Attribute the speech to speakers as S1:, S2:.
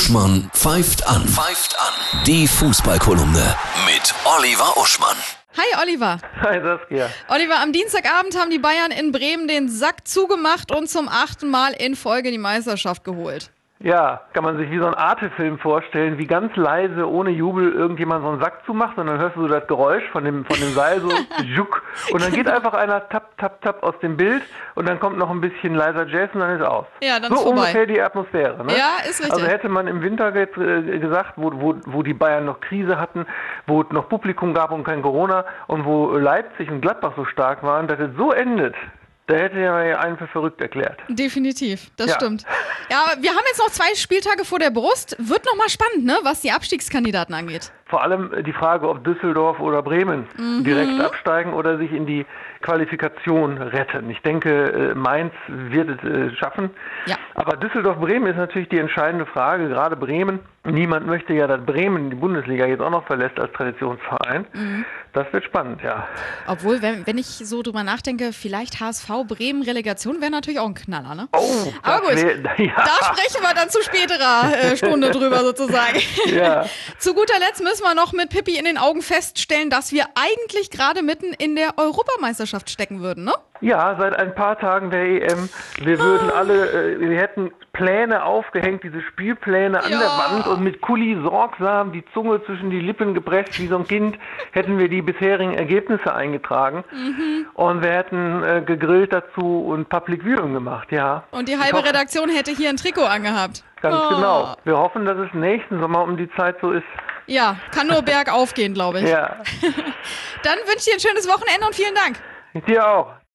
S1: Uschmann pfeift an. Pfeift an. Die Fußballkolumne mit Oliver Uschmann.
S2: Hi Oliver.
S3: Hi Saskia.
S2: Oliver, am Dienstagabend haben die Bayern in Bremen den Sack zugemacht und zum achten Mal in Folge die Meisterschaft geholt.
S3: Ja, kann man sich wie so ein Arte-Film vorstellen, wie ganz leise, ohne Jubel irgendjemand so einen Sack zumacht und dann hörst du so das Geräusch von dem, von dem Seil so juck. Und dann geht
S2: Genau.
S3: einfach einer tap, tap, tap aus dem Bild und dann kommt noch ein bisschen leiser Jazz und dann ist aus.
S2: Ja, dann
S3: so
S2: ist vorbei.
S3: ungefähr die Atmosphäre. Ne?
S2: Ja, ist richtig.
S3: Also hätte man im Winter ge äh, gesagt, wo, wo, wo die Bayern noch Krise hatten, wo es noch Publikum gab und kein Corona und wo Leipzig und Gladbach so stark waren, dass es so endet, da hätte ja einen für verrückt erklärt.
S2: Definitiv, das
S3: Ja.
S2: stimmt. Ja, aber wir haben jetzt noch zwei Spieltage vor der Brust. Wird nochmal spannend, ne, was die Abstiegskandidaten angeht.
S3: Vor allem äh, die Frage, ob Düsseldorf oder Bremen
S2: Mhm.
S3: direkt absteigen oder sich in die Qualifikation retten. Ich denke, äh, Mainz wird es äh, schaffen.
S2: Ja.
S3: Aber Düsseldorf-Bremen ist natürlich die entscheidende Frage, gerade Bremen. Niemand möchte ja, dass Bremen die Bundesliga jetzt auch noch verlässt als Traditionsverein.
S2: Mhm.
S3: Das wird spannend, ja.
S2: Obwohl, wenn, wenn ich so drüber nachdenke, vielleicht HSV Bremen Relegation wäre natürlich auch ein Knaller, ne?
S3: Oh,
S2: Aber gut.
S3: das wär- ja.
S2: Da sprechen wir dann zu späterer äh, Stunde drüber sozusagen.
S3: Ja.
S2: Zu guter Letzt müssen wir noch mit Pippi in den Augen feststellen, dass wir eigentlich gerade mitten in der Europameisterschaft stecken würden, ne?
S3: Ja, seit ein paar Tagen der EM. Wir würden
S2: Ah.
S3: alle, äh, wir hätten Pläne aufgehängt, diese Spielpläne an
S2: Ja.
S3: der Wand und mit Kuli sorgsam die Zunge zwischen die Lippen gepresst, wie so ein Kind, hätten wir die bisherigen Ergebnisse eingetragen.
S2: Mhm.
S3: Und wir hätten äh, gegrillt dazu und Public Viewing gemacht, ja.
S2: Und die
S3: Ich
S2: halbe
S3: hoffe-
S2: Redaktion hätte hier ein Trikot angehabt.
S3: Ganz
S2: Oh.
S3: genau. Wir hoffen, dass es nächsten Sommer um die Zeit so ist.
S2: Oh. Ja, kann nur bergauf gehen, glaube ich.
S3: Ja,
S2: Dann wünsche ich dir ein schönes Wochenende und vielen Dank.
S3: dir auch.